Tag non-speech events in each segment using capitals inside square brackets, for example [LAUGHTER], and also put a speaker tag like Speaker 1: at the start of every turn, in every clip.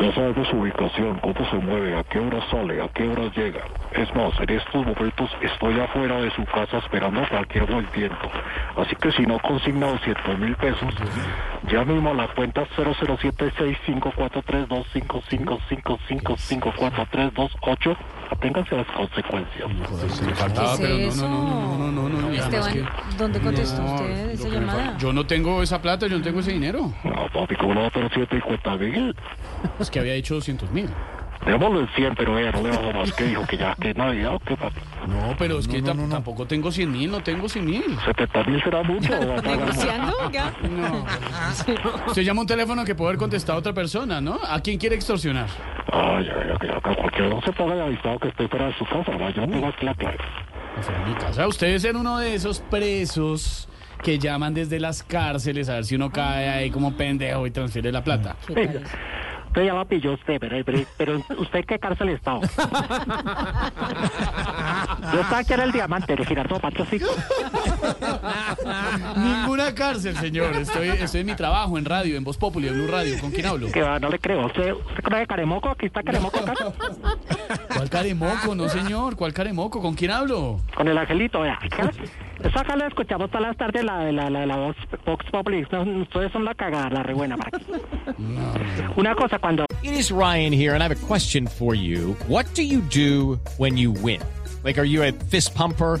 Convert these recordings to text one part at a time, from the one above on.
Speaker 1: Ya sabes su ubicación, cómo se mueve, a qué hora sale, a qué hora llega. Es más, en estos momentos estoy afuera de su casa esperando a cualquier movimiento. Así que si no consigna 200 mil pesos, ya mismo a la cuenta 007654325555554328. Aténganse a las consecuencias.
Speaker 2: faltaba,
Speaker 3: ¿Qué
Speaker 2: pero
Speaker 3: es
Speaker 2: no, no, no, no, no, no, no, no, no. es
Speaker 3: Esteban,
Speaker 2: que-
Speaker 3: ¿dónde contestó
Speaker 2: No,
Speaker 3: usted
Speaker 2: lo
Speaker 3: esa
Speaker 2: que me
Speaker 3: llamada?
Speaker 2: fa- Yo no tengo esa plata, yo no tengo ese dinero.
Speaker 1: No, papi, como no va a tener 150 mil.
Speaker 2: Es que había dicho 200 mil.
Speaker 1: Démoslo en 100, pero vea, no le bajo más que dijo que ya, que Navidad, o que papi.
Speaker 2: No, pero es que tam- tampoco tengo 100 mil, no tengo
Speaker 3: [LAUGHS]
Speaker 2: 100 mil.
Speaker 1: 70 mil será mucho o va a pagar más?
Speaker 3: ¿Negociando? oiga?
Speaker 2: Usted llama a un teléfono que puede haber contestado a otra persona, ¿no? ¿A quién quiere extorsionar?
Speaker 1: Ay, ay, ay, acá cualquiera no se paga de avisado que estoy fuera de su casa, ¿verdad? Yo tengo aquí la clave.
Speaker 2: Fuera de mi casa. Usted es en uno de esos presos que llaman desde las cárceles a ver si uno cae ahí como pendejo y transfiere la plata.
Speaker 3: ¿Qué tal es?
Speaker 1: Usted ya la pilló usted, pero, pero, pero ¿usted en qué cárcel estaba? Yo estaba aquí en el diamante, de Girardot Patrocito.
Speaker 2: Ninguna cárcel, señor. Estoy, estoy en mi trabajo, en radio, en Voz Populi, en Blue Radio. ¿Con quién hablo?
Speaker 1: Que va, no le creo. ¿Usted, usted conoce Caremoco? Aquí está Caremoco acá.
Speaker 2: ¿Cuál caremoco? No, señor. ¿Cuál caremoco? ¿Con quién hablo?
Speaker 1: Con el angelito, vea. Acá- Eso acá lo escuchamos todas las tardes, la de la, la, la voz Vox Populi. No, Ustedes son la cagada, la rebuena para aquí. Una cosa, cuando
Speaker 4: It is Ryan here, and I have a question for you. What do you do when you win? Like, are you a fist pumper?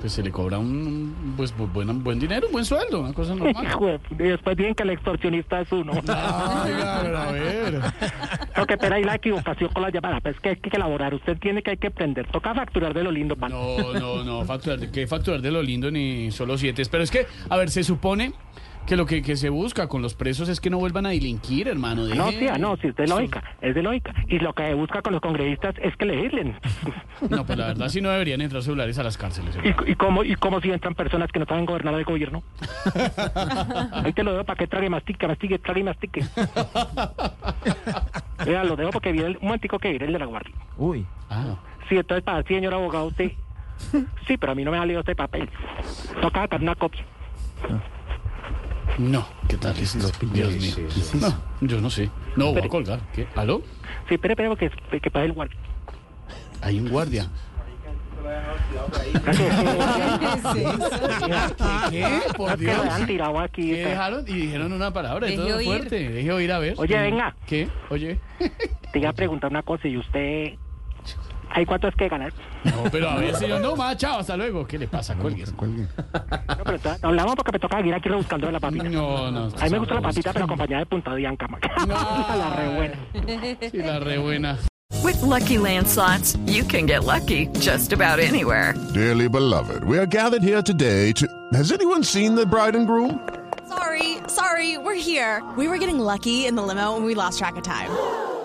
Speaker 2: Pues se le cobra un pues, bu- buen, buen dinero, un buen sueldo, una
Speaker 1: [LAUGHS]
Speaker 2: cosa normal.
Speaker 1: Hijo de- Y después dicen que el extorsionista es uno.
Speaker 2: Ay, a ver, a ver.
Speaker 1: Lo que pena ahí la equivocación con la llamada. Pues que hay que elaborar. Usted tiene que hay que aprender. Toca facturar de lo lindo, pan.
Speaker 2: No, no, no, facturar, de- que facturar de lo lindo ni solo siete. Pero es que, a ver, se supone que lo que, que se busca con los presos es que no vuelvan a delinquir, hermano.
Speaker 1: No,
Speaker 2: dejen.
Speaker 1: tía, no, sí, es de lógica, es de lógica. Y lo que busca con los congresistas es que legislen.
Speaker 2: No, pues la verdad sí no deberían entrar celulares a las cárceles. hermano.
Speaker 1: ¿Y, y, cómo, ¿Y cómo si entran personas que no saben gobernar el gobierno? Ahí te lo dejo para que trague, mastique, mastique, trague y mastique. Vea, lo dejo porque viene el, un momentico que viene el de la guardia.
Speaker 2: Ah,
Speaker 1: Sí, entonces para el señor abogado usted. Sí, pero a mí no me ha salido este papel. Toca sacar una copia.
Speaker 2: no, ¿qué tal es esto? Dios mío. No, yo no sé. No, voy a
Speaker 1: Espere.
Speaker 2: colgar. ¿Qué? ¿Aló?
Speaker 1: Sí, espere, espere, porque que pase el guardia.
Speaker 2: Hay un guardia. ¿Qué? Por
Speaker 1: Que lo
Speaker 2: Dios.
Speaker 1: han tirado aquí.
Speaker 2: Y
Speaker 1: está.
Speaker 2: dejaron, y dijeron una palabra,
Speaker 3: Dejé
Speaker 2: todo
Speaker 3: oír.
Speaker 2: fuerte. Deje oír a ver.
Speaker 1: Oye, venga.
Speaker 2: ¿Qué? Oye.
Speaker 1: Te iba a preguntar una cosa y usted... ¿Hay cuánto es que ganar?
Speaker 2: No, pero a ver, señor. No, más, chao, hasta luego. ¿Qué le pasa? Cuelgues.
Speaker 1: No, pero entonces, hablamos porque me toca ir aquí rebuscando la papita.
Speaker 2: No, no.
Speaker 1: A mí me gusta la papita, pero acompañada de punta de anca. man. la re buena.
Speaker 2: Sí, la re buena.
Speaker 5: With Lucky Land slots, you can get lucky just about anywhere.
Speaker 6: Dearly beloved, we are gathered here today to. Has anyone seen the bride and groom?
Speaker 7: Sorry, sorry, we're here. We were getting lucky in the limo and we lost track of time.